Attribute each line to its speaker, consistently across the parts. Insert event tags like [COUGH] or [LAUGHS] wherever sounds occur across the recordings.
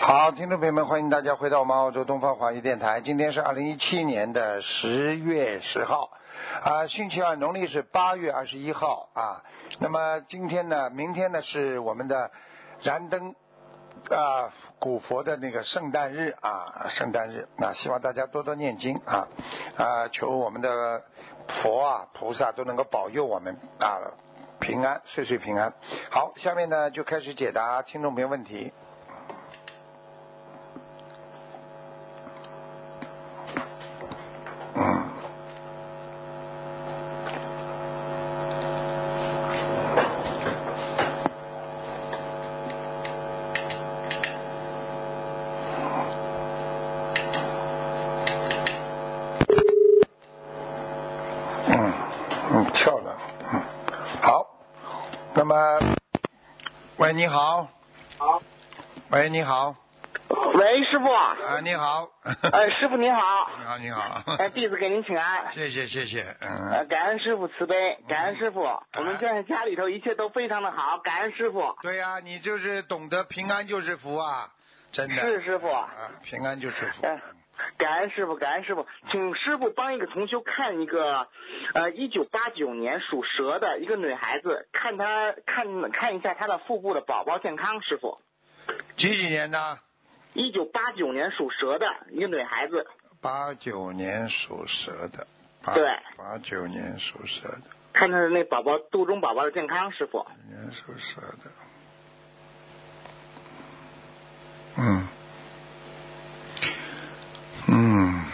Speaker 1: 好，听众朋友们，欢迎大家回到我们澳洲东方华语电台。今天是二零一七年的十月十号，啊，星期二，农历是八月二十一号啊。那么今天呢，明天呢是我们的燃灯啊古佛的那个圣诞日啊，圣诞日啊，希望大家多多念经啊啊，求我们的佛啊菩萨都能够保佑我们啊平安，岁岁平安。好，下面呢就开始解答听众朋友问题。嗯，嗯，跳了，嗯，好，那么，喂，你好，
Speaker 2: 好，
Speaker 1: 喂，你好，
Speaker 2: 喂，师傅，
Speaker 1: 啊，你好， [LAUGHS]
Speaker 2: 呃，师傅您好，
Speaker 1: 你好，你好， [LAUGHS]
Speaker 2: 呃，弟子给您请安，
Speaker 1: 谢谢，谢谢，嗯，
Speaker 2: 呃，感恩师傅慈悲，感恩师傅，我们现在家里头一切都非常的好，感恩师傅，
Speaker 1: 对呀、你就是懂得平安就是福啊，真的，
Speaker 2: 是师傅
Speaker 1: 啊，平安就是福，
Speaker 2: 呃，感恩师傅，感恩师傅，请师傅帮一个同修看一个，呃，一九八九年属蛇的一个女孩子，看她看看一下她的腹部的宝宝健康，师傅，
Speaker 1: 几几年的？
Speaker 2: 一九八九年属蛇的一个女孩子，
Speaker 1: 八九年属蛇的，八
Speaker 2: 对
Speaker 1: 八九年属蛇的，
Speaker 2: 看她的那宝宝肚中宝宝的健康，师傅，
Speaker 1: 九年属蛇的，嗯，嗯，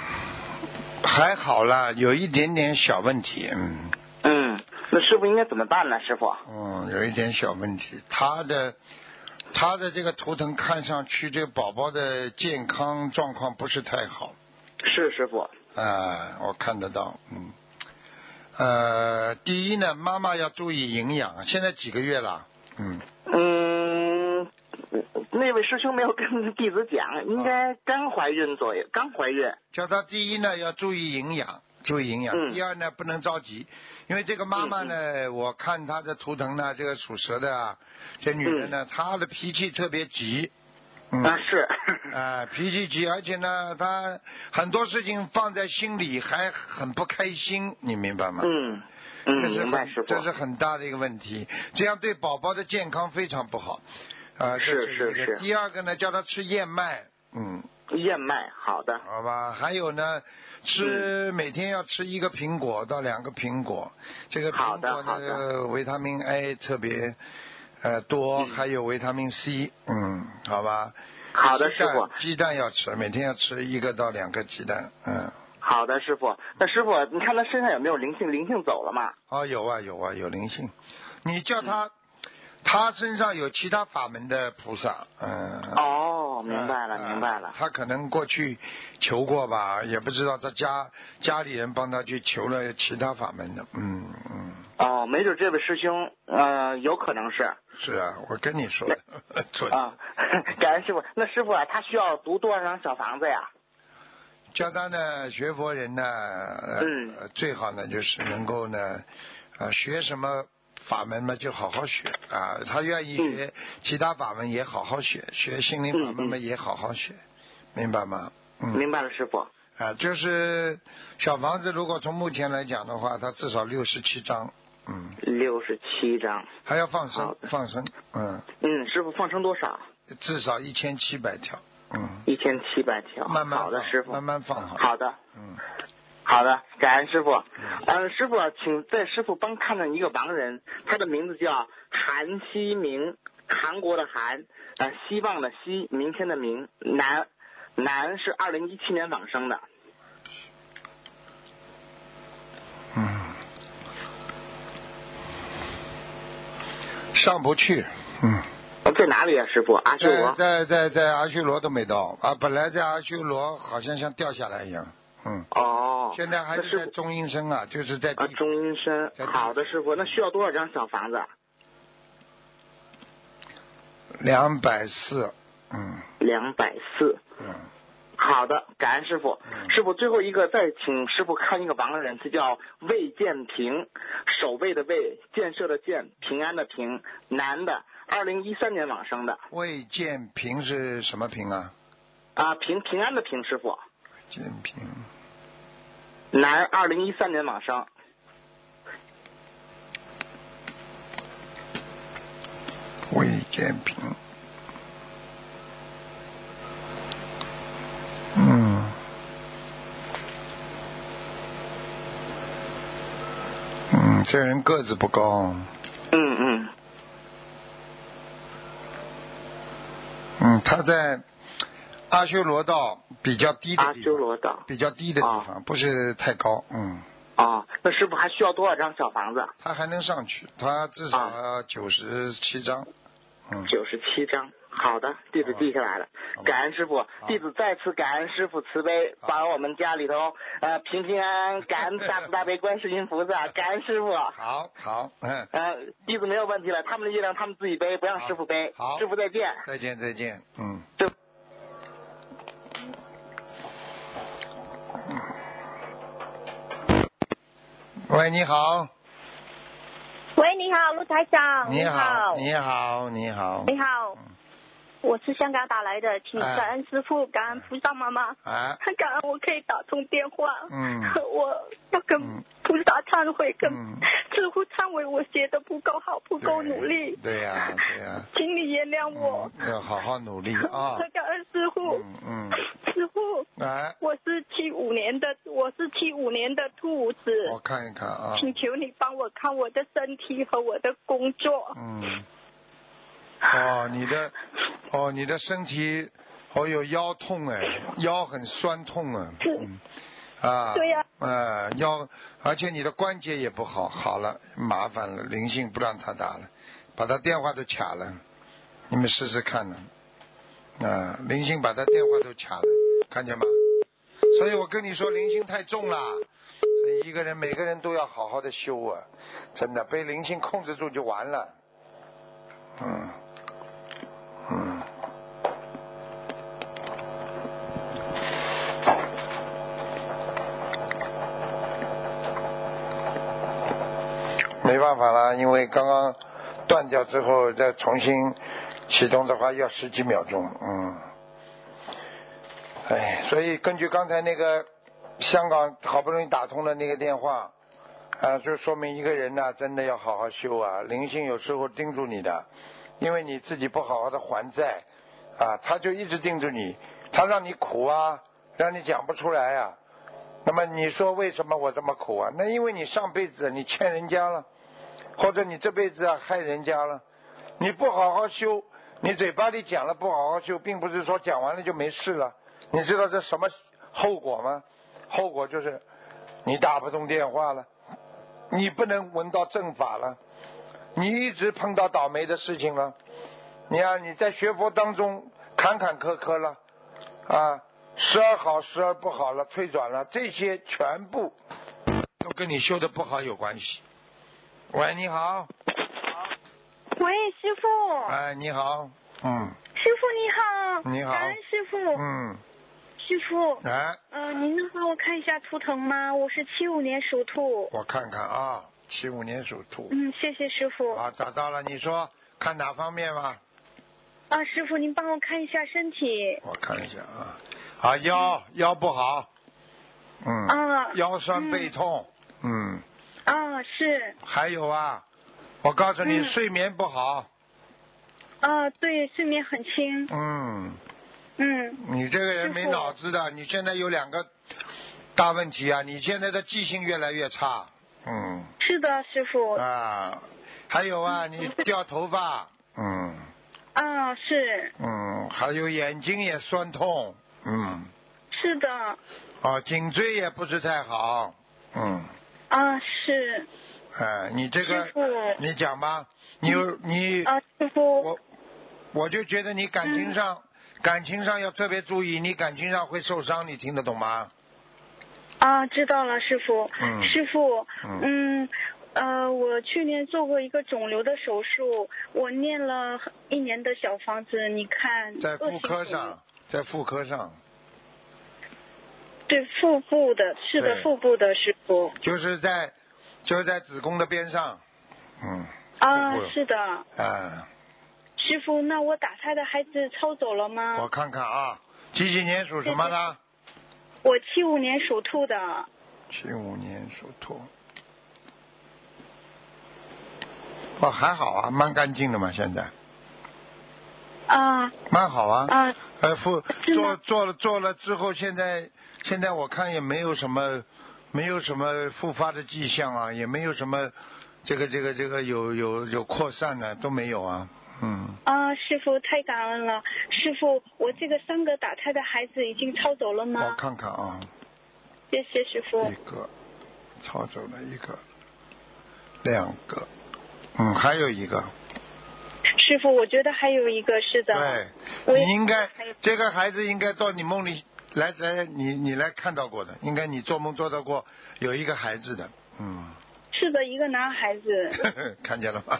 Speaker 1: 还好啦，有一点点小问题，嗯
Speaker 2: 嗯，那师傅应该怎么办呢，师傅？
Speaker 1: 嗯，有一点小问题，他的。他的这个图腾看上去，这个宝宝的健康状况不是太好。
Speaker 2: 是师傅，
Speaker 1: 啊，我看得到，嗯，呃，第一呢，妈妈要注意营养，现在几个月了，嗯，
Speaker 2: 嗯，那位师兄没有跟弟子讲，应该刚怀孕左右，刚怀孕。
Speaker 1: 叫她第一呢要注意营养，注意营养，
Speaker 2: 嗯
Speaker 1: 第二呢不能着急，因为这个妈妈呢，我看她的图腾呢，这个属蛇的啊，这女人呢，她的脾气特别急，嗯。
Speaker 2: 嗯啊，是，
Speaker 1: [LAUGHS] 啊，脾气急，而且呢，她很多事情放在心里，还很不开心，你明白吗？
Speaker 2: [LAUGHS] 嗯
Speaker 1: 这
Speaker 2: 嗯，
Speaker 1: 是
Speaker 2: 明白
Speaker 1: 很
Speaker 2: 师傅
Speaker 1: 这。是很大的一个问题，这样对宝宝的健康非常不好。啊、这
Speaker 2: 是
Speaker 1: 一
Speaker 2: 是
Speaker 1: 个
Speaker 2: 是
Speaker 1: 第二个呢，叫他吃燕麦，嗯，
Speaker 2: 燕麦，好的，
Speaker 1: 好吧。还有呢，吃、
Speaker 2: 嗯
Speaker 1: 每天要吃一个苹果到两个苹果，这个苹
Speaker 2: 好的嗯
Speaker 1: 果
Speaker 2: 好
Speaker 1: 呢维他命 A 特别呃多，还有维他命 C，嗯，好吧。
Speaker 2: 好的
Speaker 1: 鸡
Speaker 2: 师
Speaker 1: 蛋
Speaker 2: 傅，
Speaker 1: 鸡蛋要吃，每天要吃一个到两个鸡蛋，嗯。
Speaker 2: 好的师傅。那师傅，你看他身上有没有灵性？灵性走了吗？
Speaker 1: 哦，有啊有啊，有灵性。你叫
Speaker 2: 嗯
Speaker 1: 他，他身上有其他法门的菩萨，嗯。
Speaker 2: 哦，
Speaker 1: 嗯，
Speaker 2: 明白了，
Speaker 1: 嗯
Speaker 2: 明白了。
Speaker 1: 他可能过去求过吧，也不知道他家家里人帮他去求了其他法门的，嗯嗯，
Speaker 2: 哦，没准这位师兄，呃，有可能是
Speaker 1: 是啊，我跟你说的， [LAUGHS] 昨天
Speaker 2: 啊。 [LAUGHS] 感恩师傅。那师傅啊，他需要读多少张小房子呀？
Speaker 1: 教他呢，学佛人呢，呃
Speaker 2: 嗯
Speaker 1: 最好呢就是能够呢，呃，学什么法门嘛，就好好学啊。他愿意学其他法门也好好学，学心灵法门嘛
Speaker 2: 嗯嗯嗯
Speaker 1: 也好好学，明白吗？嗯
Speaker 2: 明白了，师傅。
Speaker 1: 啊，就是小房子，如果从目前来讲的话，它至少六十七张，嗯，
Speaker 2: 六十七张。
Speaker 1: 还要放
Speaker 2: 好
Speaker 1: 生，放生，嗯，
Speaker 2: 嗯，师傅放生多少？
Speaker 1: 至少一千七百条，嗯，
Speaker 2: 一千七百条。
Speaker 1: 慢慢
Speaker 2: 好的，
Speaker 1: 放
Speaker 2: 师傅。
Speaker 1: 慢慢放好，
Speaker 2: 好的，
Speaker 1: 嗯，
Speaker 2: 好的，感恩师傅。嗯，师傅，请在师傅帮看看一个盲人，他的名字叫韩希明，韩国的韩，呃，希望的希，明天的明，男，男是二零一七年往生的。
Speaker 1: 上不去，嗯。
Speaker 2: 呃在哪里啊，师傅？阿修罗。
Speaker 1: 在在在在阿修罗都没到啊，本来在阿修罗好像像掉下来一样，嗯，
Speaker 2: 哦。
Speaker 1: 现在还
Speaker 2: 那
Speaker 1: 是
Speaker 2: 师
Speaker 1: 在
Speaker 2: 傅
Speaker 1: 中阴身啊，就是在
Speaker 2: 啊，
Speaker 1: 地
Speaker 2: 中阴身。
Speaker 1: 在地
Speaker 2: 好的，师傅，那需要多少张小房子？
Speaker 1: 两百四，嗯
Speaker 2: 两百四。
Speaker 1: 嗯，
Speaker 2: 好的，感恩师傅。
Speaker 1: 嗯
Speaker 2: 师傅，最后一个再请师傅看一个盲人，他叫魏建平，守卫的魏，建设的建，平安的平，男的，二零一三年往生的
Speaker 1: 魏建平是什么平啊？
Speaker 2: 啊，平平安的平师傅，
Speaker 1: 建平，
Speaker 2: 男，二零一三年往生。
Speaker 1: 魏建平。嗯，嗯，这人个子不高，
Speaker 2: 嗯嗯，
Speaker 1: 嗯，他在阿修罗道比较低的
Speaker 2: 阿
Speaker 1: 地
Speaker 2: 修
Speaker 1: 方，
Speaker 2: 罗道。
Speaker 1: 比较低的地
Speaker 2: 啊
Speaker 1: 方，不是太高，嗯，
Speaker 2: 哦，那师傅还需要多少张小房子？
Speaker 1: 他还能上去，他至少九十七张，嗯，
Speaker 2: 啊九十七张。好的，弟子记下来了
Speaker 1: 好吧，
Speaker 2: 感恩师傅，弟子再次感恩师傅慈悲，
Speaker 1: 好
Speaker 2: 保我们家里头呃平平安安，感恩大慈大悲观世音
Speaker 1: [LAUGHS]
Speaker 2: 菩萨，感恩师傅。
Speaker 1: 好好，嗯，
Speaker 2: 呃，弟子没有问题了，他们的月亮他们自己背，不让
Speaker 1: 好
Speaker 2: 师傅背。
Speaker 1: 好
Speaker 2: 师傅再见。
Speaker 1: 再见再见，嗯
Speaker 2: 对。
Speaker 1: 嗯喂，你好，
Speaker 3: 喂，你好，陆台长。
Speaker 1: 你
Speaker 3: 好，
Speaker 1: 你好，你好，
Speaker 3: 你好，我是香港打来的，请
Speaker 1: 哎
Speaker 3: 感恩师傅，感恩菩萨妈妈，
Speaker 1: 啊，
Speaker 3: 感恩我可以打通电话。
Speaker 1: 嗯
Speaker 3: 我要跟
Speaker 1: 嗯
Speaker 3: 菩萨忏悔，跟
Speaker 1: 嗯
Speaker 3: 师傅忏悔，我写的不够好，不够
Speaker 1: 对
Speaker 3: 努力，
Speaker 1: 对呀、对呀、
Speaker 3: 请你原谅我
Speaker 1: 嗯。要好好努力 [LAUGHS]
Speaker 3: [LAUGHS]
Speaker 1: 啊，
Speaker 3: 感恩师傅，
Speaker 1: 嗯嗯，
Speaker 3: 师傅，
Speaker 1: 来，
Speaker 3: 我是七五年的，我是七五年的兔子，
Speaker 1: 我看一看啊，
Speaker 3: 请求你帮我看我的身体和我的工作。
Speaker 1: 嗯，哦，你的，哦，你的身体，哦有腰痛哎，腰很酸痛啊，嗯，啊，
Speaker 3: 对呀
Speaker 1: 呃，腰，而且你的关节也不好，好了，麻烦了，灵性不让他打了，把他电话都卡了，你们试试看呢，啊、灵性把他电话都卡了，看见吗？所以我跟你说，灵性太重了，所以一个人每个人都要好好的修啊，真的被灵性控制住就完了。嗯，嗯，没办法啦，因为刚刚断掉之后再重新启动的话要十几秒钟，嗯，哎，所以根据刚才那个香港好不容易打通了那个电话，啊，就说明一个人呐、真的要好好修啊。灵性有时候盯住你的，因为你自己不好好的还债，啊，他就一直盯住你，他让你苦啊，让你讲不出来啊。那么你说为什么我这么苦啊？那因为你上辈子你欠人家了，或者你这辈子啊害人家了，你不好好修，你嘴巴里讲了不好好修，并不是说讲完了就没事了。你知道这什么后果吗？后果就是你打不通电话了。你不能闻到正法了，你一直碰到倒霉的事情了。你看、你在学佛当中坎坎坷坷了，啊，时而好，时而不好了，退转了，这些全部都跟你修的不好有关系。喂，你好，
Speaker 4: 喂，师傅，
Speaker 1: 哎，你好，嗯
Speaker 4: 师傅你好，
Speaker 1: 你好
Speaker 4: 感恩师傅，
Speaker 1: 嗯，
Speaker 4: 师傅，
Speaker 1: 哎，
Speaker 4: 嗯、您能帮我看一下图腾吗？我是七五年属兔，
Speaker 1: 我看看啊，七五年属兔，
Speaker 4: 嗯，谢谢师傅，
Speaker 1: 啊，找到了，你说看哪方面吧？
Speaker 4: 啊，师傅您帮我看一下身体，
Speaker 1: 我看一下啊，啊腰腰不好，嗯，
Speaker 4: 啊
Speaker 1: 腰酸背痛，嗯，
Speaker 4: 啊，是，
Speaker 1: 还有啊，我告诉你，
Speaker 4: 嗯
Speaker 1: 睡眠不好，
Speaker 4: 啊，对，睡眠很轻，
Speaker 1: 嗯，
Speaker 4: 嗯，
Speaker 1: 你这个人没
Speaker 4: 师傅
Speaker 1: 脑子的，你现在有两个大问题啊，你现在的记性越来越差，嗯
Speaker 4: 是的，师傅，
Speaker 1: 啊，还有
Speaker 4: [LAUGHS]
Speaker 1: 啊，你掉头发，嗯
Speaker 4: 啊，是，
Speaker 1: 嗯，还有眼睛也酸痛，嗯，
Speaker 4: 是的，
Speaker 1: 啊，颈椎也不是太好，嗯。
Speaker 4: 啊，是，
Speaker 1: 哎，你这个
Speaker 4: 师傅
Speaker 1: 你讲吧，你有你，
Speaker 4: 啊，师傅，
Speaker 1: 我我就觉得你感情上、感情上要特别注意，你感情上会受伤，你听得懂吗？
Speaker 4: 啊，知道了，师傅，
Speaker 1: 嗯
Speaker 4: 师傅，
Speaker 1: 嗯
Speaker 4: 嗯，呃，我去年做过一个肿瘤的手术，我念了一年的小房子，你看，
Speaker 1: 在
Speaker 4: 恶
Speaker 1: 妇
Speaker 4: 性
Speaker 1: 科
Speaker 4: 肿瘤
Speaker 1: 上，在妇科上，
Speaker 4: 对腹部的，是的，
Speaker 1: 对
Speaker 4: 腹部的师傅
Speaker 1: 就是在就是在子宫的边上，嗯
Speaker 4: 啊
Speaker 1: 腹部，
Speaker 4: 是的，
Speaker 1: 啊，
Speaker 4: 师傅，那我打胎的孩子抄走了
Speaker 1: 我
Speaker 4: 吗？
Speaker 1: 看看啊，几几年属什么的？
Speaker 4: 我七五年属兔的，啊
Speaker 1: 七五年属兔。哦，还好啊，蛮干净的嘛，现在
Speaker 4: 啊
Speaker 1: 蛮好啊。
Speaker 4: 啊，
Speaker 1: 呃，父
Speaker 4: 是
Speaker 1: 做
Speaker 4: 吗
Speaker 1: 做了做了之后，现在现在我看也没有什么没有什么复发的迹象啊，也没有什么这个这个这个有有有扩散的、都没有啊，嗯，
Speaker 4: 啊，师傅太感恩了。师傅，我这个三个打胎的孩子已经抄走了
Speaker 1: 我
Speaker 4: 吗？
Speaker 1: 看看啊，
Speaker 4: 谢谢师傅
Speaker 1: 一。个抄走了一个，两个，嗯，还有一个，
Speaker 4: 师傅，我觉得还有一个是的。
Speaker 1: 对，
Speaker 4: 我也
Speaker 1: 你应该
Speaker 4: 还有
Speaker 1: 这个孩子应该到你梦里来来你你来看到过的，应该你做梦做到过有一个孩子的，嗯。 [LAUGHS]
Speaker 4: 是的，一个男孩子。
Speaker 1: 看见了
Speaker 4: [LAUGHS]
Speaker 1: 吗？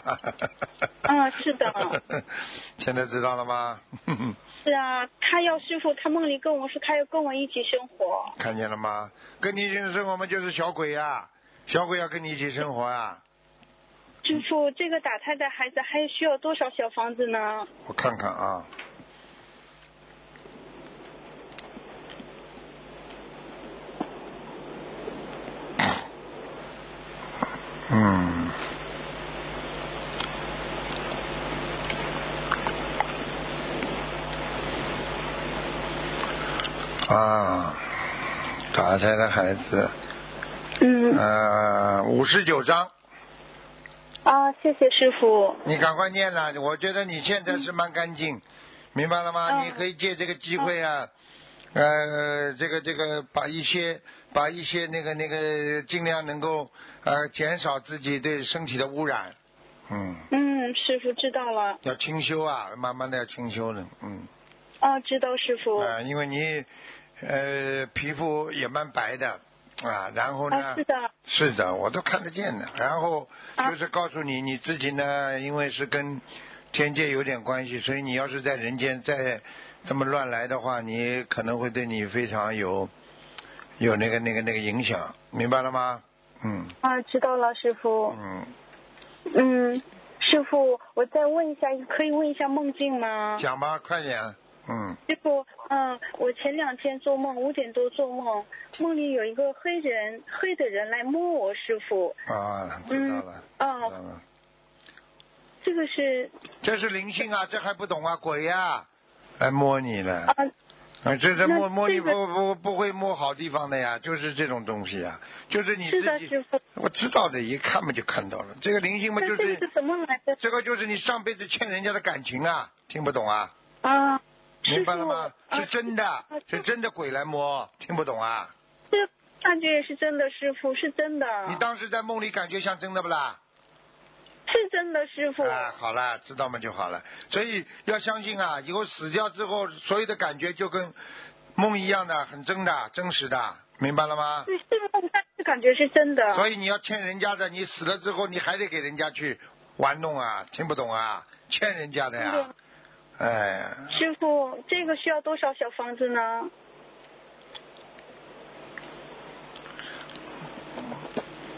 Speaker 4: 嗯是的。
Speaker 1: [LAUGHS] 现在知道了吗？ [LAUGHS]
Speaker 4: 是啊，他要师傅，他梦里跟我说他要跟我一起生活。
Speaker 1: 看见了吗？跟你一起生活嘛，就是小鬼呀、小鬼要跟你一起生活啊。
Speaker 4: 师傅，这个打胎的孩子还需要多少小房子呢？
Speaker 1: 我看看啊。嗯，啊，打胎的孩子，
Speaker 4: 嗯
Speaker 1: 呃，五十九章，
Speaker 4: 啊，谢谢师傅。
Speaker 1: 你赶快念了，我觉得你现在是蛮干净，明白了吗？
Speaker 4: 嗯
Speaker 1: 你可以借这个机会啊，呃，这个这个把一些把一些那个那个尽量能够呃减少自己对身体的污染，嗯，
Speaker 4: 嗯，师傅知道了。
Speaker 1: 要清修啊，慢慢的要清修的，嗯，
Speaker 4: 哦，知道师傅。
Speaker 1: 啊、因为你呃皮肤也蛮白的啊，然后呢。
Speaker 4: 啊，是的。
Speaker 1: 是的，我都看得见的。然后
Speaker 4: 啊
Speaker 1: 就是告诉你，你自己呢，因为是跟天界有点关系，所以你要是在人间再这么乱来的话，你可能会对你非常有有那个那个那个影响，明白了吗？嗯
Speaker 4: 啊，知道了，师傅。
Speaker 1: 嗯，
Speaker 4: 嗯，师傅，我再问一下，可以问一下梦境吗？
Speaker 1: 讲吧，快点。嗯，
Speaker 4: 师傅，嗯，我前两天做梦，五点多做梦，梦里有一个黑人，黑的人来摸我，师傅。
Speaker 1: 啊，知道了，知
Speaker 4: 嗯哦
Speaker 1: 道了。
Speaker 4: 这个是
Speaker 1: 这是灵性啊，这还不懂啊，鬼呀、来摸你了。
Speaker 4: 啊，
Speaker 1: 啊，这这摸
Speaker 4: 那
Speaker 1: 摸你
Speaker 4: 这
Speaker 1: 不
Speaker 4: 个
Speaker 1: 不不会摸好地方的呀，就是这种东西啊，就是你自
Speaker 4: 是的，
Speaker 1: 己。
Speaker 4: 师傅。
Speaker 1: 我知道的，一看嘛就看到了，这个灵性嘛
Speaker 4: 那
Speaker 1: 就
Speaker 4: 这个是
Speaker 1: 是
Speaker 4: 怎么来的
Speaker 1: 这个就是你上辈子欠人家的感情啊，听不懂啊？
Speaker 4: 啊？师
Speaker 1: 明
Speaker 4: 傅
Speaker 1: 白了吗？
Speaker 4: 啊
Speaker 1: 是真的，
Speaker 4: 这
Speaker 1: 是真的鬼来摸，听不懂啊？
Speaker 4: 这感觉也是真的，师傅是真的，
Speaker 1: 你当时在梦里感觉像真的不啦？
Speaker 4: 是真的，师傅。
Speaker 1: 啊，好了，知道嘛就好了。所以要相信啊，以后死掉之后，所有的感觉就跟梦一样的，很真的，真实的，明白了吗？
Speaker 4: 对，是啊梦，但是感觉是真的。
Speaker 1: 所以你要欠人家的，你死了之后你还得给人家去玩弄啊，听不懂啊？欠人家的
Speaker 4: 听
Speaker 1: 呀
Speaker 4: 懂，
Speaker 1: 哎呀，
Speaker 4: 师傅，这个需要多少小房子呢？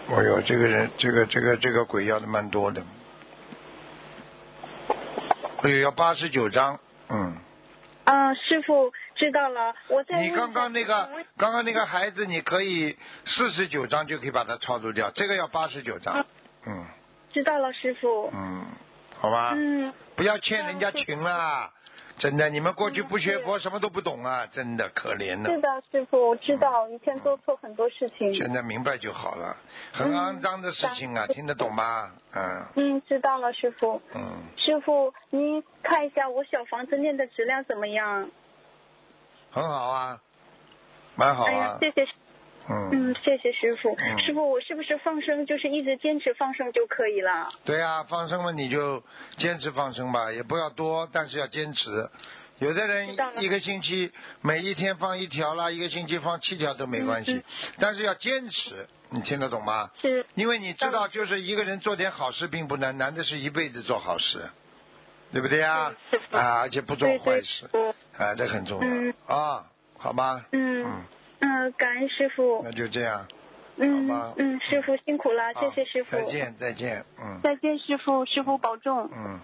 Speaker 1: 哎呦，这个人，这个这个这个鬼要的蛮多的，哎呦，要八十九张，嗯，
Speaker 4: 啊，师傅知道了，我在。
Speaker 1: 你刚刚那个刚刚那个孩子，你可以四十九张就可以把它超度掉，这个要八十九张
Speaker 4: 啊，
Speaker 1: 嗯
Speaker 4: 知道了，师傅。
Speaker 1: 嗯，好吧，
Speaker 4: 嗯，嗯
Speaker 1: 不要欠人家情啦，真的，你们过去不学佛，什么都不懂啊，真的可怜呐。
Speaker 4: 是的，师傅，我知道，以前做错很多事情。
Speaker 1: 现在明白就好了，很肮脏的事情啊，
Speaker 4: 嗯
Speaker 1: 听得懂吗？嗯
Speaker 4: 嗯，知道了，师傅。
Speaker 1: 嗯，
Speaker 4: 师傅，您看一下我小房子念的质量怎么样？
Speaker 1: 很好啊，蛮好
Speaker 4: 哎呀
Speaker 1: 啊，，
Speaker 4: 谢谢，
Speaker 1: 嗯
Speaker 4: 嗯，，谢谢师傅。
Speaker 1: 嗯
Speaker 4: 师傅，我是不是放生就是一直坚持放生就可以了？
Speaker 1: 对啊，放生嘛你就坚持放生吧，也不要多，但是要坚持。有的人
Speaker 4: 知道了
Speaker 1: 一个星期每一天放一条啦，一个星期放七条都没关
Speaker 4: 嗯
Speaker 1: 系，但是要坚持，你听得懂吗？
Speaker 4: 是，
Speaker 1: 因为你知
Speaker 4: 知道
Speaker 1: 道，就是一个人做点好事并不难，难的是一辈子做好事，对不对啊？
Speaker 4: 对是的
Speaker 1: 啊，而且不做
Speaker 4: 对
Speaker 1: 坏
Speaker 4: 对，
Speaker 1: 事。
Speaker 4: 师傅
Speaker 1: 啊，这很重要、
Speaker 4: 嗯
Speaker 1: 啊，好吗？
Speaker 4: 嗯
Speaker 1: 嗯，
Speaker 4: 嗯，感恩师傅，
Speaker 1: 那就这样，
Speaker 4: 嗯
Speaker 1: 好吧
Speaker 4: 嗯，师傅辛苦了，谢谢
Speaker 1: 啊
Speaker 4: 师傅，
Speaker 1: 再见，再见，嗯
Speaker 4: 再见，师傅，师傅保重。
Speaker 1: 嗯。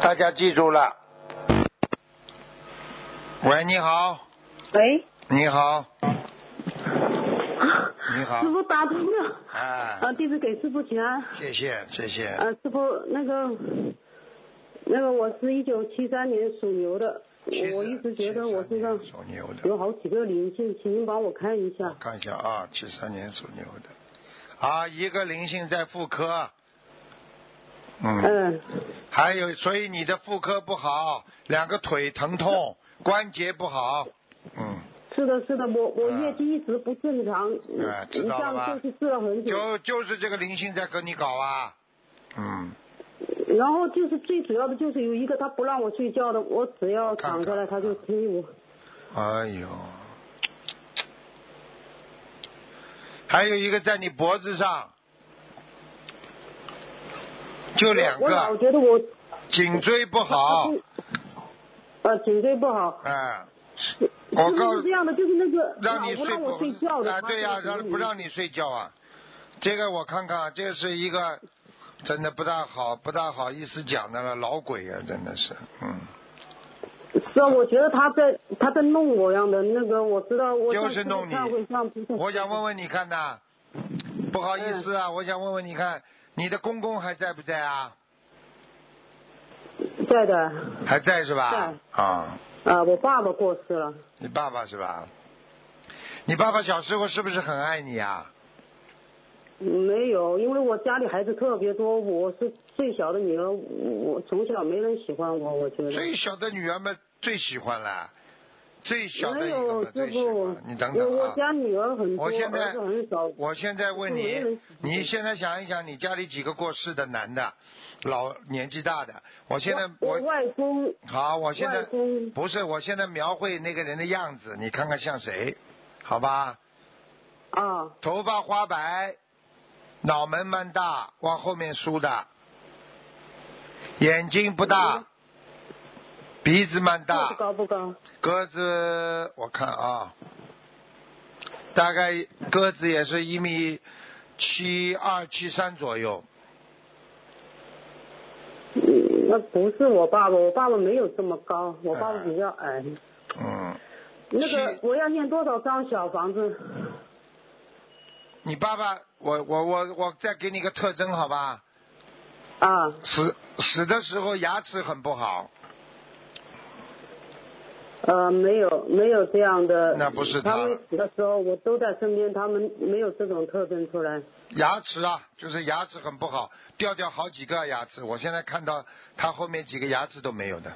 Speaker 1: 大家记住了。喂，你好，
Speaker 5: 喂，
Speaker 1: 你好，啊你好
Speaker 5: 师，傅打通了，
Speaker 1: 哎，
Speaker 5: 啊，弟子给师傅请安，
Speaker 1: 谢谢谢谢，
Speaker 5: 啊，师傅那个，那个我是一九七三年属牛的，
Speaker 1: 其实
Speaker 5: 我我一直觉得我身
Speaker 1: 73
Speaker 5: 上
Speaker 1: 年属牛的，
Speaker 5: 有好几个灵性，请您帮我看一下。
Speaker 1: 看一下啊，七三年属牛的，啊，一个灵性在妇科，嗯，
Speaker 5: 嗯，
Speaker 1: 还有，所以你的妇科不好，两个腿疼
Speaker 5: [LAUGHS]
Speaker 1: 痛，关节不好，嗯，
Speaker 5: 是的，是的，我我
Speaker 1: 嗯
Speaker 5: 月经一直不正常，
Speaker 1: 哎
Speaker 5: 一
Speaker 1: 知道了吧
Speaker 5: 下就是治了很久，
Speaker 1: 就就是这个灵性在跟你搞啊，嗯，
Speaker 5: 然后就是最主要的就是有一个他不让我睡觉的，我只要躺下来他就推我，
Speaker 1: 哎呦，还有一个在你脖子上，就两
Speaker 5: 我老
Speaker 1: 个，
Speaker 5: 觉得我
Speaker 1: 颈椎不好，
Speaker 5: 呃颈椎不好，
Speaker 1: 哎、我
Speaker 5: 是
Speaker 1: 告
Speaker 5: 不是这样的？就是那个
Speaker 1: 让你
Speaker 5: 老不
Speaker 1: 睡
Speaker 5: 让我睡觉的，
Speaker 1: 啊，
Speaker 5: 他
Speaker 1: 对呀、
Speaker 5: 就是
Speaker 1: 让不让你睡觉啊？这个我看看啊，这个是一个真的不大好、不大好意思讲的了，老鬼啊，真的是，嗯，
Speaker 5: 是啊，我觉得他在他在弄我一样的，那个我知道我
Speaker 1: 就是
Speaker 5: 上次
Speaker 1: 弄你
Speaker 5: 忏悔上菩萨
Speaker 1: 我想问问你看呐，不好意思啊，我想问问你看，你的公公还在不在啊？
Speaker 5: 在的，
Speaker 1: 还在是吧？啊，
Speaker 5: 啊，我爸爸过世了，
Speaker 1: 你爸爸是吧？你爸爸小时候是不是很爱你啊？
Speaker 5: 没有，因为我家里孩子特别多，我是最小的女儿，我我从小没人喜欢我，我觉得
Speaker 1: 最小的女儿们最喜欢了，最小的
Speaker 5: 没
Speaker 1: 一个
Speaker 5: 有
Speaker 1: 嘛
Speaker 5: 师
Speaker 1: 最喜
Speaker 5: 傅
Speaker 1: 欢。，你等
Speaker 5: 我
Speaker 1: 等啊
Speaker 5: 我。家女儿很多，
Speaker 1: 我现在
Speaker 5: 儿子很少，
Speaker 1: 我现在问
Speaker 5: 没
Speaker 1: 你
Speaker 5: 人，
Speaker 1: 你现在想一想，你家里几个过世的男的，老年纪大的，我现在
Speaker 5: 我我外公
Speaker 1: 好，我现在
Speaker 5: 外公
Speaker 1: 不是，我现在描绘那个人的样子，你看看像谁，好吧？
Speaker 5: 啊，
Speaker 1: 头发花白，脑门蛮大，往后面梳的，眼睛不
Speaker 5: 嗯
Speaker 1: 大，鼻子蛮
Speaker 5: 个
Speaker 1: 大
Speaker 5: 子，高不高？
Speaker 1: 个子我看啊，大概个子也是一米七二七三左右，
Speaker 5: 嗯，那不是我爸爸，我爸爸没有这么高，我爸爸比较矮。
Speaker 1: 嗯，
Speaker 5: 那个我要念多少张小房子？
Speaker 1: 你爸爸，我我我我再给你个特征好吧，
Speaker 5: 啊，
Speaker 1: 死死的时候牙齿很不好，
Speaker 5: 呃，没有没有这样的。
Speaker 1: 那不是他
Speaker 5: 他们死的时候，我都在身边，他们没有这种特征出来。
Speaker 1: 牙齿啊，就是牙齿很不好，掉掉好几个牙齿，我现在看到他后面几个牙齿都没有的，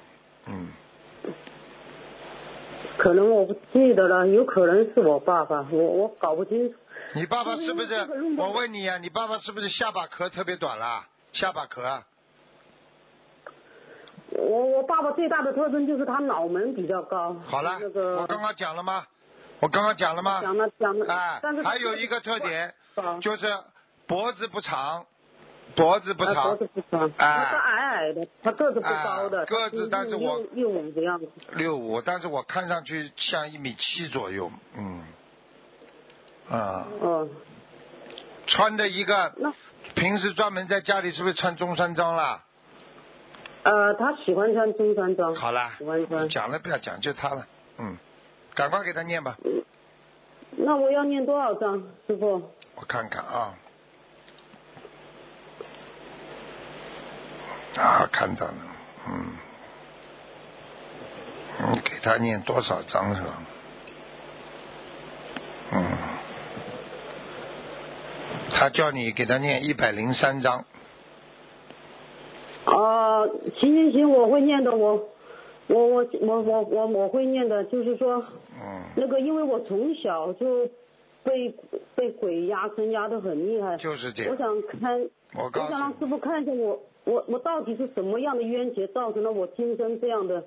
Speaker 1: 嗯，
Speaker 5: 可能我不记得了，有可能是我爸爸，我我搞不清楚。
Speaker 1: 你爸爸是不是
Speaker 5: 嗯这个运？动
Speaker 1: 我问你啊呀、你爸爸是不是下巴壳特别短啦？下巴壳啊。
Speaker 5: 我我爸爸最大的特征就是他脑门比较高。
Speaker 1: 好了，
Speaker 5: 那个
Speaker 1: 我刚刚讲了吗？我刚刚讲了吗？
Speaker 5: 讲了讲了，
Speaker 1: 哎
Speaker 5: 但是，
Speaker 1: 还有一个特点
Speaker 5: 啊
Speaker 1: 就是脖子不长，脖子不
Speaker 5: 他啊脖
Speaker 1: 长
Speaker 5: 子，不长，
Speaker 1: 哎
Speaker 5: 他是矮矮的，他个子不高
Speaker 1: 哎
Speaker 5: 的，
Speaker 1: 个子但是我
Speaker 5: 一五的样子。
Speaker 1: 六五，但是我看上去像一米七左右，嗯，啊，
Speaker 5: 哦，
Speaker 1: 穿的一个
Speaker 5: 那，
Speaker 1: 平时专门在家里是不是穿中山装啦？
Speaker 5: 呃，他喜欢穿中山装。
Speaker 1: 好啦
Speaker 5: 喜欢穿，。
Speaker 1: 讲了不要讲，就他了，嗯，赶快给他念吧，
Speaker 5: 那我要念多少张，师傅？
Speaker 1: 我看看啊，啊，看到了，嗯，你给他念多少章是吧？嗯，他叫你给他念一百零三章，
Speaker 5: 哦，行行行，我会念的，我。我我我我我我会念的，就是说，
Speaker 1: 嗯，
Speaker 5: 那个因为我从小就被被鬼压身压得很厉害，
Speaker 1: 就是这样
Speaker 5: 我。想看，
Speaker 1: 我
Speaker 5: 我
Speaker 1: 告诉你
Speaker 5: 想让师傅看一下我我我到底是什么样的冤结造成了我今生这样的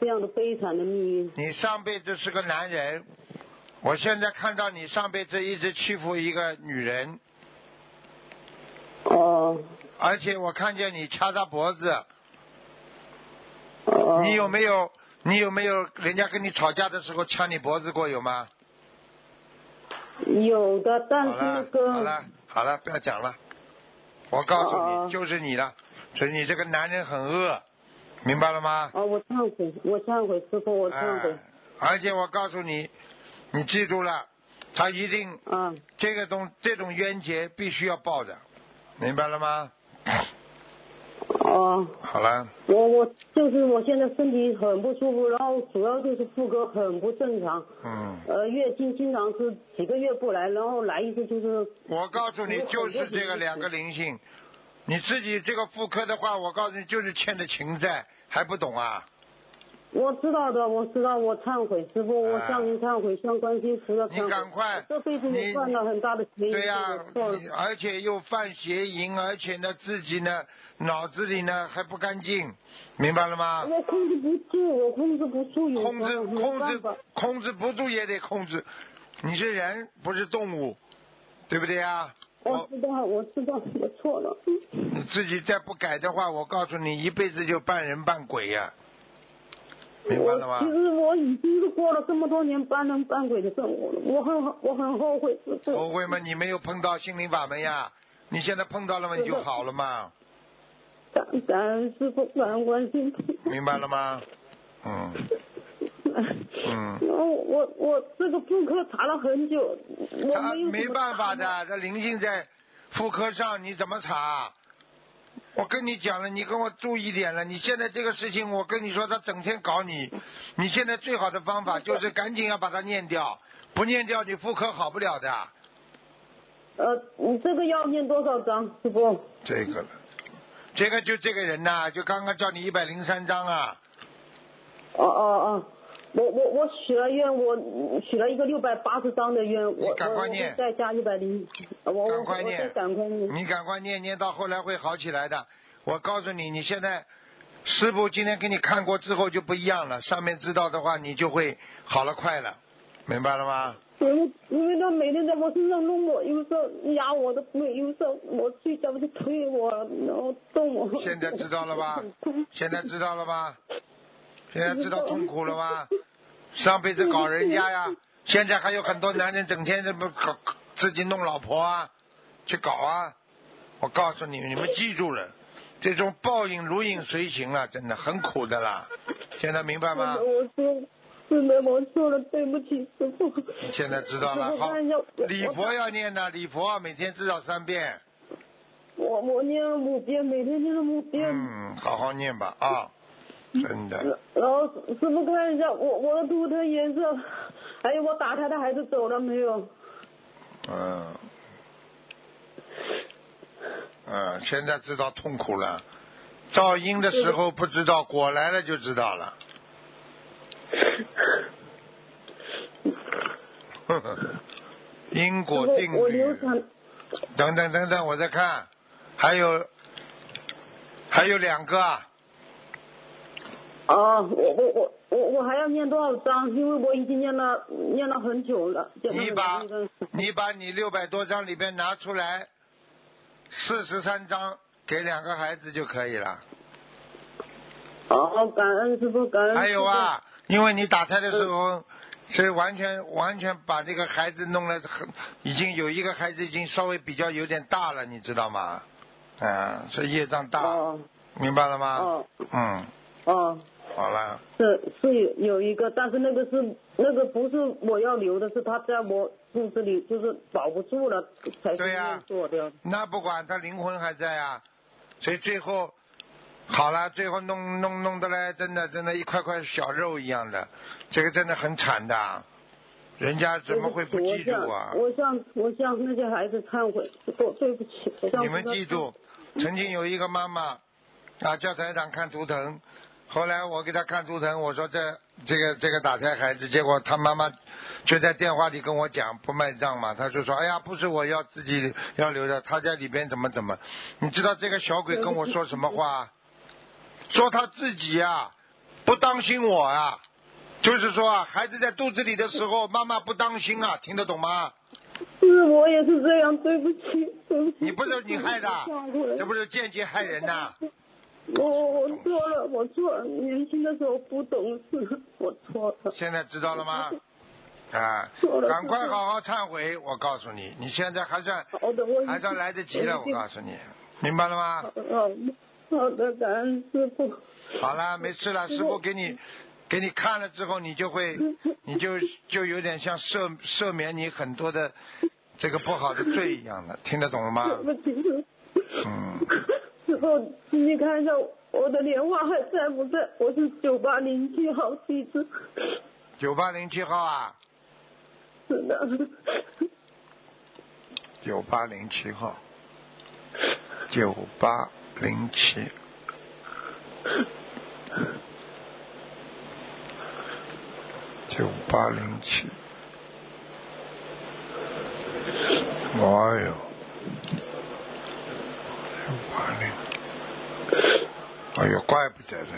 Speaker 5: 这样的悲惨的命运。
Speaker 1: 你上辈子是个男人，我现在看到你上辈子一直欺负一个女人，
Speaker 5: 哦
Speaker 1: 而且我看见你掐她脖子，
Speaker 5: 哦，
Speaker 1: 你有没有？你有没有人家跟你吵架的时候掐你脖子过有吗？
Speaker 5: 有的，但
Speaker 1: 好
Speaker 5: 是那
Speaker 1: 了，好
Speaker 5: 个
Speaker 1: 了，好了，不要讲了。我告诉
Speaker 5: 哦哦
Speaker 1: 你，就是你了，所以你这个男人很恶，明白了吗？
Speaker 5: 啊，我忏悔，我忏悔，师傅，我忏悔
Speaker 1: 哎，而且我告诉你，你记住了，他一定
Speaker 5: 啊，
Speaker 1: 这个东这种冤结必须要报的，明白了吗？
Speaker 5: 哦、
Speaker 1: 好了，
Speaker 5: 我我就是我现在身体很不舒服，然后主要就是妇科很不正常，
Speaker 1: 嗯，
Speaker 5: 呃，月经经常是几个月不来，然后来一次就是
Speaker 1: 我告诉你
Speaker 5: 我，很多
Speaker 1: 就是这个两个灵性，你自己这个妇科的话，我告诉你，就是欠的情债，还不懂啊？
Speaker 5: 我知道的，我知道，我忏悔，师傅，我
Speaker 1: 啊
Speaker 5: 向您忏悔，向观世音菩萨忏悔。
Speaker 1: 你赶快
Speaker 5: 我这辈子
Speaker 1: 你
Speaker 5: 我犯了很大的罪，
Speaker 1: 对呀、
Speaker 5: 我错了
Speaker 1: 你啊而且又犯邪淫，而且呢，自己呢脑子里呢还不干净，明白了吗？
Speaker 5: 我控制不住，我控制不住，有时候
Speaker 1: 控制
Speaker 5: 没
Speaker 1: 控
Speaker 5: 办
Speaker 1: 制
Speaker 5: 法。
Speaker 1: 控制不住也得控制，你是人不是动物，对不对呀？
Speaker 5: 我
Speaker 1: 我
Speaker 5: 知道，我知道，我错了。
Speaker 1: 你自己再不改的话，我告诉你，一辈子就半人半鬼呀、明白了
Speaker 5: 我其
Speaker 1: 吗？
Speaker 5: 实我已经是过了这么多年半人半鬼的生活了，我很我很后悔，师傅。
Speaker 1: 后悔吗？你没有碰到心灵法门呀？你现在碰到了吗？你就好了嘛，
Speaker 5: 感感恩师傅，感恩观世音菩萨。
Speaker 1: 明
Speaker 5: [LAUGHS]
Speaker 1: 白了吗？嗯嗯。
Speaker 5: 然后我我这个妇科查了很久，我
Speaker 1: 他
Speaker 5: 没有
Speaker 1: 没
Speaker 5: 什么
Speaker 1: 办法
Speaker 5: 查
Speaker 1: 的，这灵性在妇科上，你怎么查？我跟你讲了，你跟我注意点了。你现在这个事情，我跟你说，他整天搞你。你现在最好的方法就是赶紧要把它念掉，不念掉你妇科好不了的。
Speaker 5: 呃，你这个要念多少章，师傅？哦
Speaker 1: 这个了，这个就这个人呐、就刚刚叫你一百零三章啊，
Speaker 5: 哦哦哦，我我我许了愿，我许了一个六百八十张的愿，我
Speaker 1: 赶快
Speaker 5: 我我
Speaker 1: 念
Speaker 5: 会再加一百零，我我
Speaker 1: 赶快
Speaker 5: 哦我再
Speaker 1: 念
Speaker 5: 赶快念。
Speaker 1: 你赶快念，念到后来会好起来的。我告诉你，你现在师傅今天给你看过之后就不一样了，上面知道的话，你就会好了快了，明白了吗？
Speaker 5: 因为因为他每天在我身上弄我，有时候压我的腿，有时候我睡觉就推我，然后动我。
Speaker 1: 现在知道了
Speaker 5: [LAUGHS]
Speaker 1: 吧
Speaker 5: 痛？
Speaker 1: 现在知道了吧？现在知道痛苦了吧？上辈子搞人家呀，现在还有很多男人整天这么搞自己弄老婆啊，去搞啊！我告诉你，你们记住了，这种报应如影随形了，真的很苦的啦。现在明白吗？
Speaker 5: 我说，是的，我错了，对不起，师傅。
Speaker 1: 现在知道了，
Speaker 5: 师傅
Speaker 1: 好
Speaker 5: 看一下，我，
Speaker 1: 礼佛要念的，礼佛每天至少三遍，
Speaker 5: 我我念了五遍，每天念了五遍。
Speaker 1: 嗯，好好念吧啊，真的，
Speaker 5: 然后师傅看一下我我的图腾颜色，还有我打胎的孩子走了没有？
Speaker 1: 嗯，嗯，现在知道痛苦了，噪音的时候不知道，果来了就知道了， [LAUGHS] 呵呵因果
Speaker 5: 我
Speaker 1: 定
Speaker 5: 我
Speaker 1: 律
Speaker 5: 流，产，
Speaker 1: 等等等等，我再看，还有还有两个啊，
Speaker 5: 啊，我我我我我还要念多少章？因为我已经念了念了很久了。念了
Speaker 1: 你把
Speaker 5: 很久了
Speaker 1: 你把你六百多张里边拿出来四十三张给两个孩子就可以了。
Speaker 5: 哦，感恩师傅，感恩。
Speaker 1: 还有，啊，因为你打胎的时
Speaker 5: 嗯
Speaker 1: 候，所以完全完全把这个孩子弄了很，已经有一个孩子已经稍微比较有点大了，你知道吗？嗯，所以业障大，
Speaker 5: 哦
Speaker 1: 明白了吗？
Speaker 5: 哦
Speaker 1: 嗯，
Speaker 5: 哦，
Speaker 1: 好了，
Speaker 5: 是是有有一个，但是那个是那个不是我要留的，是他在我肚子里就是保不住了才
Speaker 1: 对呀
Speaker 5: 做的。
Speaker 1: 那不管他灵魂还在啊，所以最后。好了，最后弄弄弄得来，真的真的，一块块小肉一样的，这个真的很惨的，啊人家怎么会不记住啊？
Speaker 5: 我向我向我向那些孩子忏悔，我对不起，我向
Speaker 1: 你们记住，曾经有一个妈妈啊，叫台长看图腾，后来我给她看图腾，我说这这个这个打胎孩子，结果她妈妈就在电话里跟我讲不卖账嘛，她就说哎呀不是我要自己要留的，她在里边怎么怎么，你知道这个小鬼跟我说什么话？说他自己啊不当心我啊，就是说啊孩子在肚子里的时候妈妈不当心啊，听得懂吗？
Speaker 5: 是我也是这样，对不起，对不起。
Speaker 1: 你不是你害的
Speaker 5: 我忏悔，
Speaker 1: 这不是间接害人呐、
Speaker 5: 我我错了，我错了，年轻的时候不懂事，我错了。
Speaker 1: 现在知道了吗？啊
Speaker 5: 错，了
Speaker 1: 赶快好好忏悔！我告诉你，你现在还算
Speaker 5: 好的，我已经
Speaker 1: 还算来得及了，我告诉你，明白了吗？啊
Speaker 5: 嗯，好的，感恩师傅。
Speaker 1: 好了，没事了，师傅给你给你看了之后，你就会，你就就有点像赦赦免你很多的这个不好的罪一样的，听得懂了吗？
Speaker 5: 对不起，师
Speaker 1: 嗯，
Speaker 5: 傅师傅，你看一下我的莲花还在不在？我是九八零七号地址。
Speaker 1: 九八零七号啊，
Speaker 5: 是的，
Speaker 1: 九八零七号，九八零七。九八零七，哎呦，九八零，哎呦，怪不得呢，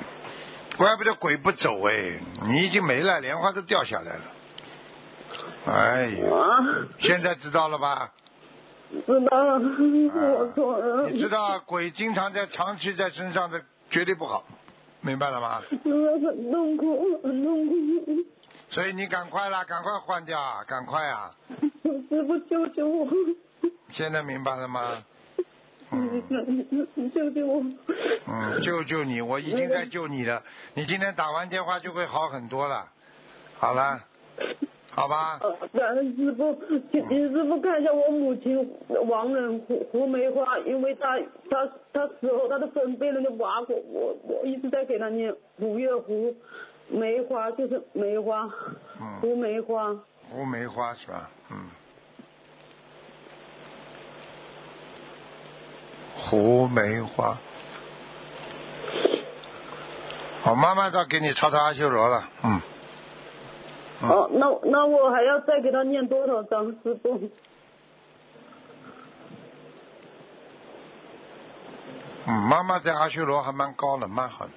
Speaker 1: 怪不得鬼不走哎，你已经没了，莲花都掉下来了，哎呦，
Speaker 5: 啊，
Speaker 1: 现在知道了吧？
Speaker 5: 知道了，我错了。
Speaker 1: 你知道鬼经常在长期在身上的绝对不好，明白了吗？
Speaker 5: 真的很痛苦，很痛苦。
Speaker 1: 所以你赶快啦，赶快换掉啊，赶快啊！
Speaker 5: 师傅救救我！
Speaker 1: 现在明白了吗？嗯
Speaker 5: 你救救我！
Speaker 1: 嗯，救救你，我已经在救你了。你今天打完电话就会好很多了。好了，好吧，
Speaker 5: 呃，感恩师傅，请请师傅看一下我母亲亡人胡胡梅花，因为她她她死后她的坟被人家挖过，我我一直在给她念五月胡梅花，就是梅花，
Speaker 1: 嗯
Speaker 5: 胡梅花，
Speaker 1: 胡梅花是吧？嗯，胡梅花。好，妈妈倒给你抄抄阿修罗了，嗯。嗯
Speaker 5: 哦，那那我还要再给她念多少张师傅？
Speaker 1: 嗯，妈妈在阿修罗还蛮高的，蛮好的。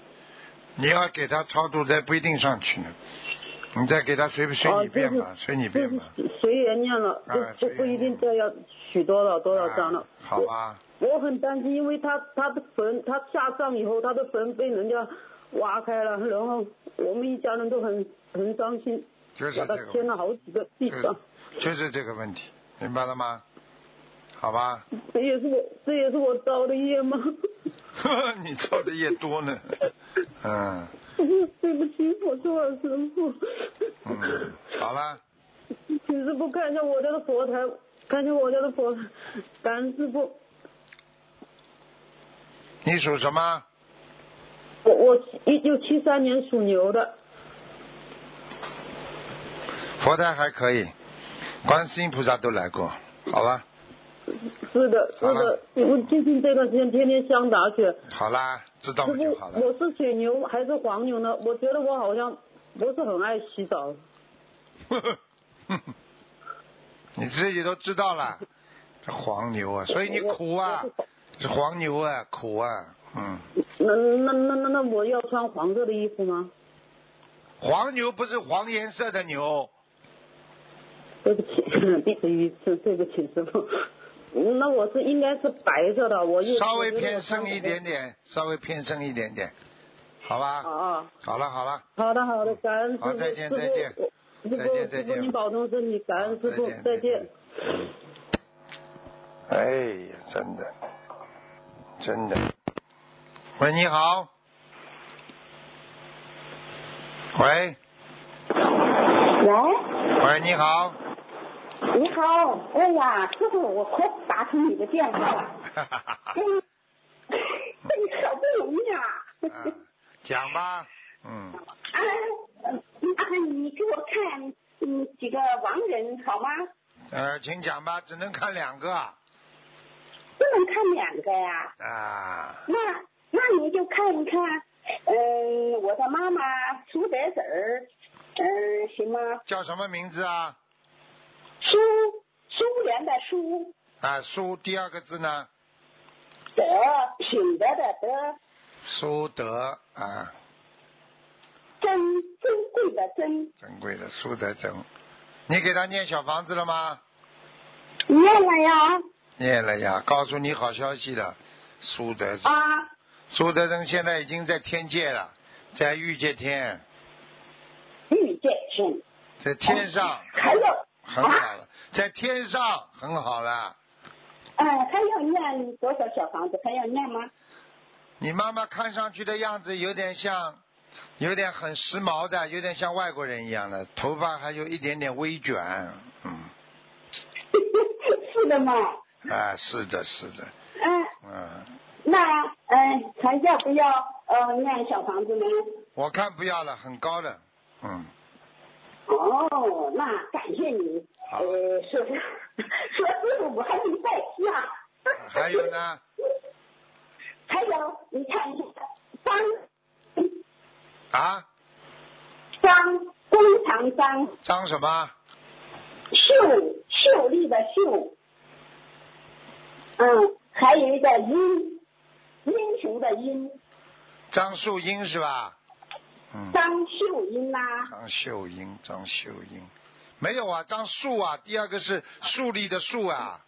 Speaker 1: 你要给他超度，再不一定上去呢。你再给他随随
Speaker 5: 哦，
Speaker 1: 你
Speaker 5: 就
Speaker 1: 便
Speaker 5: 是
Speaker 1: 吧，随你
Speaker 5: 就
Speaker 1: 便
Speaker 5: 是
Speaker 1: 吧。
Speaker 5: 随缘念了，
Speaker 1: 啊
Speaker 5: 就
Speaker 1: 随
Speaker 5: 不
Speaker 1: 缘
Speaker 5: 不一定
Speaker 1: 念
Speaker 5: 这要许多少多少张了。
Speaker 1: 啊好吧，
Speaker 5: 我很担心，因为他他的坟，他下葬以后，他的坟被人家挖开了，然后我们一家人都很 [LAUGHS] 很伤心，
Speaker 1: 就是
Speaker 5: 把
Speaker 1: 这
Speaker 5: 他
Speaker 1: 个问
Speaker 5: 迁
Speaker 1: 题
Speaker 5: 了好几个地
Speaker 1: 就是
Speaker 5: 方。
Speaker 1: 就是这个问题，明白了吗？好吧， [LAUGHS]
Speaker 5: 这也是我这也是我造的业吗？ [LAUGHS]
Speaker 1: 你造的业多呢。 [LAUGHS] 嗯
Speaker 5: 对不起，我错了，师傅。
Speaker 1: 嗯，好了，
Speaker 5: 请师傅看一下我家的佛台，看一下我家的佛台，感恩师傅。
Speaker 1: 你属什么？
Speaker 5: 我我一九七三年属牛的，
Speaker 1: 佛台还可以，观世音菩萨都来过。好了，
Speaker 5: 是的，是
Speaker 1: 好
Speaker 5: 的
Speaker 1: 了，
Speaker 5: 我最近这段时间天天香打雪。
Speaker 1: 好啦，知道
Speaker 5: 师
Speaker 1: 了
Speaker 5: 傅
Speaker 1: 就好，了。
Speaker 5: 我是水牛还是黄牛呢？我觉得我好像不是很爱洗澡。
Speaker 1: [LAUGHS] 你自己都知道了，这黄牛啊，所以你苦啊，这黄牛啊，苦啊，嗯，
Speaker 5: 那那那那那我要穿黄色的衣服吗？
Speaker 1: 黄牛不是黄颜色的牛，
Speaker 5: 对不起，弟子愚痴，对不起师傅。那我是应该是白色的，我又
Speaker 1: 稍微
Speaker 5: 我觉得
Speaker 1: 偏
Speaker 5: 我穿
Speaker 1: 深一点点，稍微偏深一点点，好
Speaker 5: 啊
Speaker 1: 吧？
Speaker 5: 啊，
Speaker 1: 好了好了，
Speaker 5: 好的好的，感恩师
Speaker 1: 好
Speaker 5: 傅，
Speaker 1: 再见
Speaker 5: 师傅
Speaker 1: 再见
Speaker 5: 我师
Speaker 1: 再见再
Speaker 5: 傅师傅
Speaker 1: 见
Speaker 5: 您保重身体，感恩师
Speaker 1: 好
Speaker 5: 傅
Speaker 1: 再见，再
Speaker 5: 再
Speaker 1: 见
Speaker 5: 见。
Speaker 1: 哎呀，真的，真的。喂，你好。喂，
Speaker 6: 喂，
Speaker 1: 喂，你
Speaker 5: [LAUGHS]
Speaker 1: 好。
Speaker 6: 你好，哎呀，师傅，我可打通你的电话了，
Speaker 1: 哈哈哈哈
Speaker 6: 哎，这个好不容易啊！
Speaker 1: 啊讲吧，嗯，
Speaker 6: 啊，啊，你给我看嗯几个亡人好吗？
Speaker 1: 呃，请讲吧，只能看两个啊
Speaker 6: 不能看两个呀，
Speaker 1: 啊，
Speaker 6: 那那你就看一看，嗯，我的妈妈苏德子儿，嗯，行吗？
Speaker 1: 叫什么名字啊？
Speaker 6: 苏苏联的苏
Speaker 1: 啊，苏第二个字呢？
Speaker 6: 德品德的德
Speaker 1: 苏德啊，
Speaker 6: 珍珍贵的珍，
Speaker 1: 珍贵的苏德珍。你给他念小房子了吗？
Speaker 6: 念了呀
Speaker 1: 念了呀，告诉你好消息了，苏德珍
Speaker 6: 啊。
Speaker 1: 苏德珍现在已经在天界了，在欲界天，
Speaker 6: 遇见天，
Speaker 1: 在天上
Speaker 6: 还有啊
Speaker 1: 很好了，在天上很好了。
Speaker 6: 哎嗯，还要念多少小房子？还要念吗？ [LAUGHS]
Speaker 1: 你妈妈看上去的样子有点像，有点很时髦的，有点像外国人一样的，头发还有一点点微卷，嗯，
Speaker 6: 是的嘛，
Speaker 1: 啊，是的，是的，
Speaker 6: 嗯、
Speaker 1: 嗯，
Speaker 6: 那嗯、呃还要不要呃念小房子呢？
Speaker 1: 我看不要了，很高的，嗯，
Speaker 6: 哦，那感谢你，
Speaker 1: 好
Speaker 6: 呃，说是 [LAUGHS] 说师傅我还没在家。
Speaker 1: 啊还有呢，
Speaker 6: [LAUGHS] 还有，你看一下，张
Speaker 1: 啊，
Speaker 6: 张工长张
Speaker 1: 张什么？
Speaker 6: 秀秀丽的秀，嗯，还有一个英英雄的英，
Speaker 1: 张树英是吧？嗯，
Speaker 6: 张秀英啊呐、
Speaker 1: 张秀英，张秀英，没有啊，张树啊，第二个是树立的树啊，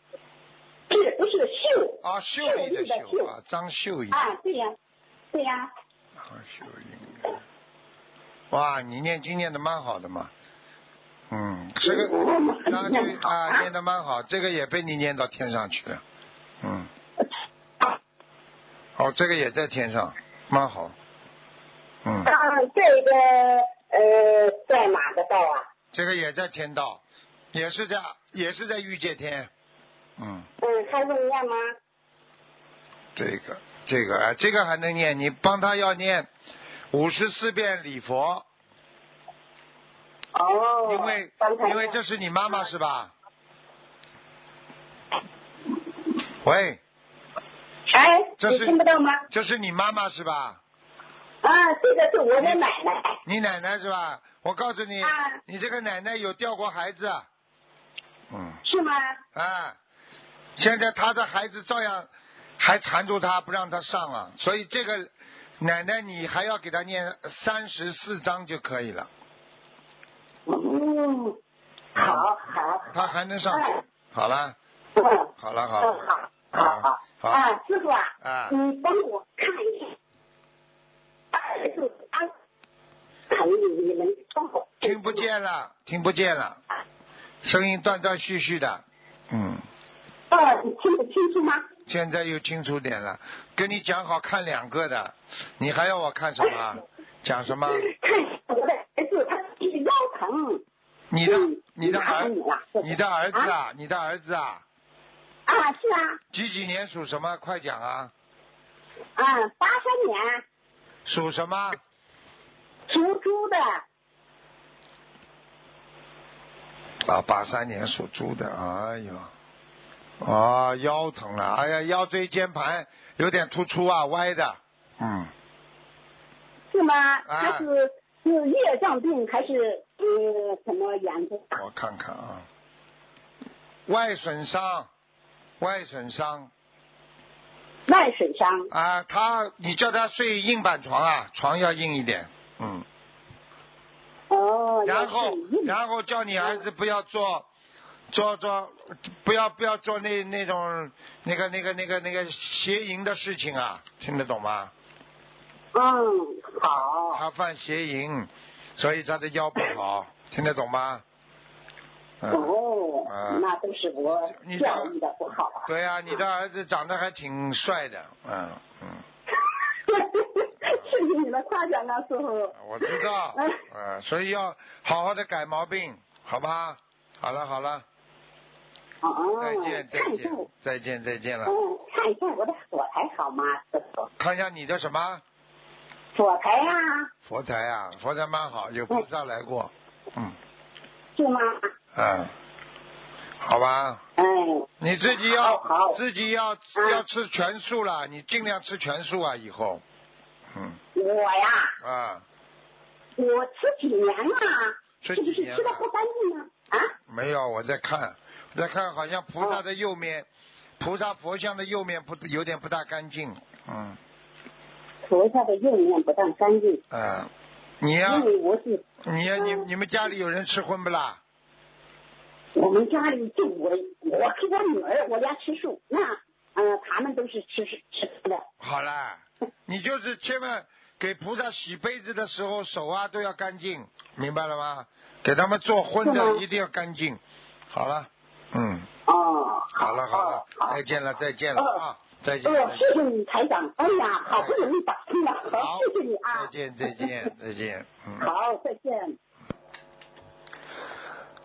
Speaker 6: 是不是秀？
Speaker 1: 啊，秀丽的
Speaker 6: 秀丽的
Speaker 1: 秀
Speaker 6: 秀
Speaker 1: 啊，张秀英。
Speaker 6: 啊，对呀、对呀、
Speaker 1: 好秀英啊，哇，你念经念的蛮好的嘛，嗯，这
Speaker 6: [LAUGHS]
Speaker 1: 个啊对啊念的蛮好，这个也被你念到天上去了，嗯，哦，这个也在天上，蛮好，嗯，
Speaker 6: 啊，这个呃，在哪个道啊？
Speaker 1: 这个也在天道，也是在也是在欲界天，嗯，
Speaker 6: 嗯，还用念吗？
Speaker 1: 这个这个啊，这个还能念，你帮他要念五十四遍礼佛，
Speaker 6: 哦，
Speaker 1: 因为
Speaker 6: 刚才
Speaker 1: 因为这是你妈妈是吧？喂，
Speaker 6: 哎，
Speaker 1: 这
Speaker 6: 你
Speaker 1: 是
Speaker 6: 听不到吗？
Speaker 1: 这是你妈妈是吧？
Speaker 6: 啊，这个是我的奶奶。
Speaker 1: 你奶奶是吧？我告诉你
Speaker 6: 啊，
Speaker 1: 你这个奶奶有掉过孩子，啊嗯，
Speaker 6: 是吗？
Speaker 1: 啊，现在她的孩子照样还缠住她不让她上啊，所以这个奶奶你还要给她念三十四章就可以了，
Speaker 6: 嗯，好好，
Speaker 1: 她还能上去。好了，
Speaker 6: 嗯，哎嗯，
Speaker 1: 好了，好
Speaker 6: 好
Speaker 1: 了，
Speaker 6: 好
Speaker 1: 好
Speaker 6: 啊，师傅啊，
Speaker 1: 啊
Speaker 6: 你帮我看一下，二十八，哎，你能帮我
Speaker 1: 听不？见了，听不见了，声音断断续续的，嗯。
Speaker 6: 呃，你听得清楚吗？
Speaker 1: 现在又清楚点了，跟你讲好看两个的，你还要我看什么？讲什么？
Speaker 6: 看一下我的儿子，他腰疼。
Speaker 1: 你的
Speaker 6: 嗯
Speaker 1: 你的儿
Speaker 6: 你看你啊
Speaker 1: 你的儿子啊，你的儿子啊，
Speaker 6: 啊，是啊，
Speaker 1: 几几年属什么？快讲啊！
Speaker 6: 啊，八三年
Speaker 1: 属什么？
Speaker 6: 属猪的，
Speaker 1: 啊，八三年属猪的，哎呦，啊，腰疼了，哎呀，腰椎间盘有点突出啊，歪的，嗯，
Speaker 6: 是
Speaker 1: 啊
Speaker 6: 吗？他是是业障病还是呃什么严重？
Speaker 1: 我看看啊，外损伤，外损伤，
Speaker 6: 外损伤。
Speaker 1: 啊，他你叫他睡硬板床啊，床要硬一点，嗯，
Speaker 6: 哦，
Speaker 1: 然后
Speaker 6: 要注意
Speaker 1: 然后叫你儿子不要做做做，不要不要做那那种那个那个那个那个邪淫的事情啊，听得懂吗？
Speaker 6: 嗯，好，
Speaker 1: 他犯邪淫，所以他的腰不好，听得懂吗？嗯，
Speaker 6: 哦，
Speaker 1: 嗯
Speaker 6: 那都是我
Speaker 1: 你这
Speaker 6: 教育的不好啊。 [LAUGHS]
Speaker 1: 对啊，你的儿子长得还挺帅的，嗯嗯，
Speaker 6: 谢谢你的夸奖啊，师傅。
Speaker 1: 我知
Speaker 6: [LAUGHS]
Speaker 1: 道，
Speaker 6: 嗯
Speaker 1: 嗯，所以要好好的改毛病，好吧？好了好了。
Speaker 6: 哦，
Speaker 1: 再见，再
Speaker 6: 看一下
Speaker 1: 见
Speaker 6: 我，，
Speaker 1: 再见，再见了。
Speaker 6: 嗯，看一下我的火台好吗，师傅？
Speaker 1: 看一下你的什么
Speaker 6: 火台啊，
Speaker 1: 佛台啊？佛台蛮好，有菩萨来过。嗯，
Speaker 6: 是吗？
Speaker 1: 嗯，好吧，
Speaker 6: 嗯，
Speaker 1: 你自己
Speaker 6: 好
Speaker 1: 要
Speaker 6: 好
Speaker 1: 自己要
Speaker 6: 嗯
Speaker 1: 要吃全素了，你尽量吃全素啊，以后。嗯
Speaker 6: 我呀，
Speaker 1: 啊，
Speaker 6: 我吃几年了？
Speaker 1: 吃
Speaker 6: 是不
Speaker 1: 几
Speaker 6: 是吃
Speaker 1: 年
Speaker 6: 的
Speaker 1: 了？
Speaker 6: 不干净啊？啊？
Speaker 1: 没有，我在看，我在看，好像菩
Speaker 6: 嗯
Speaker 1: 萨的右面，菩萨佛像的右面不有点不大干净。嗯
Speaker 6: 菩萨的右面不但干净，
Speaker 1: 啊，你呀、
Speaker 6: 因为我是
Speaker 1: 你呀、你
Speaker 6: 嗯
Speaker 1: 你们家里有人吃荤不啦？
Speaker 6: 我们家里就我我和我女儿，我家吃素，那呃他们都是吃吃吃的。
Speaker 1: 好啦，你就是千万给菩萨洗杯子的时候手啊都要干净，明白了吗？给他们做荤
Speaker 6: 是
Speaker 1: 的
Speaker 6: 吗
Speaker 1: 一定要干净。好了，嗯，
Speaker 6: 哦，
Speaker 1: 好了好了，
Speaker 6: 好
Speaker 1: 再见了再见了
Speaker 6: 哦
Speaker 1: 啊，再见。
Speaker 6: 我
Speaker 1: 再见
Speaker 6: 谢谢你台长，哎呀，好不容易打通了，好，谢谢你啊
Speaker 1: 再，见，再
Speaker 6: [LAUGHS]
Speaker 1: 见，再见。嗯，
Speaker 6: 好，再见。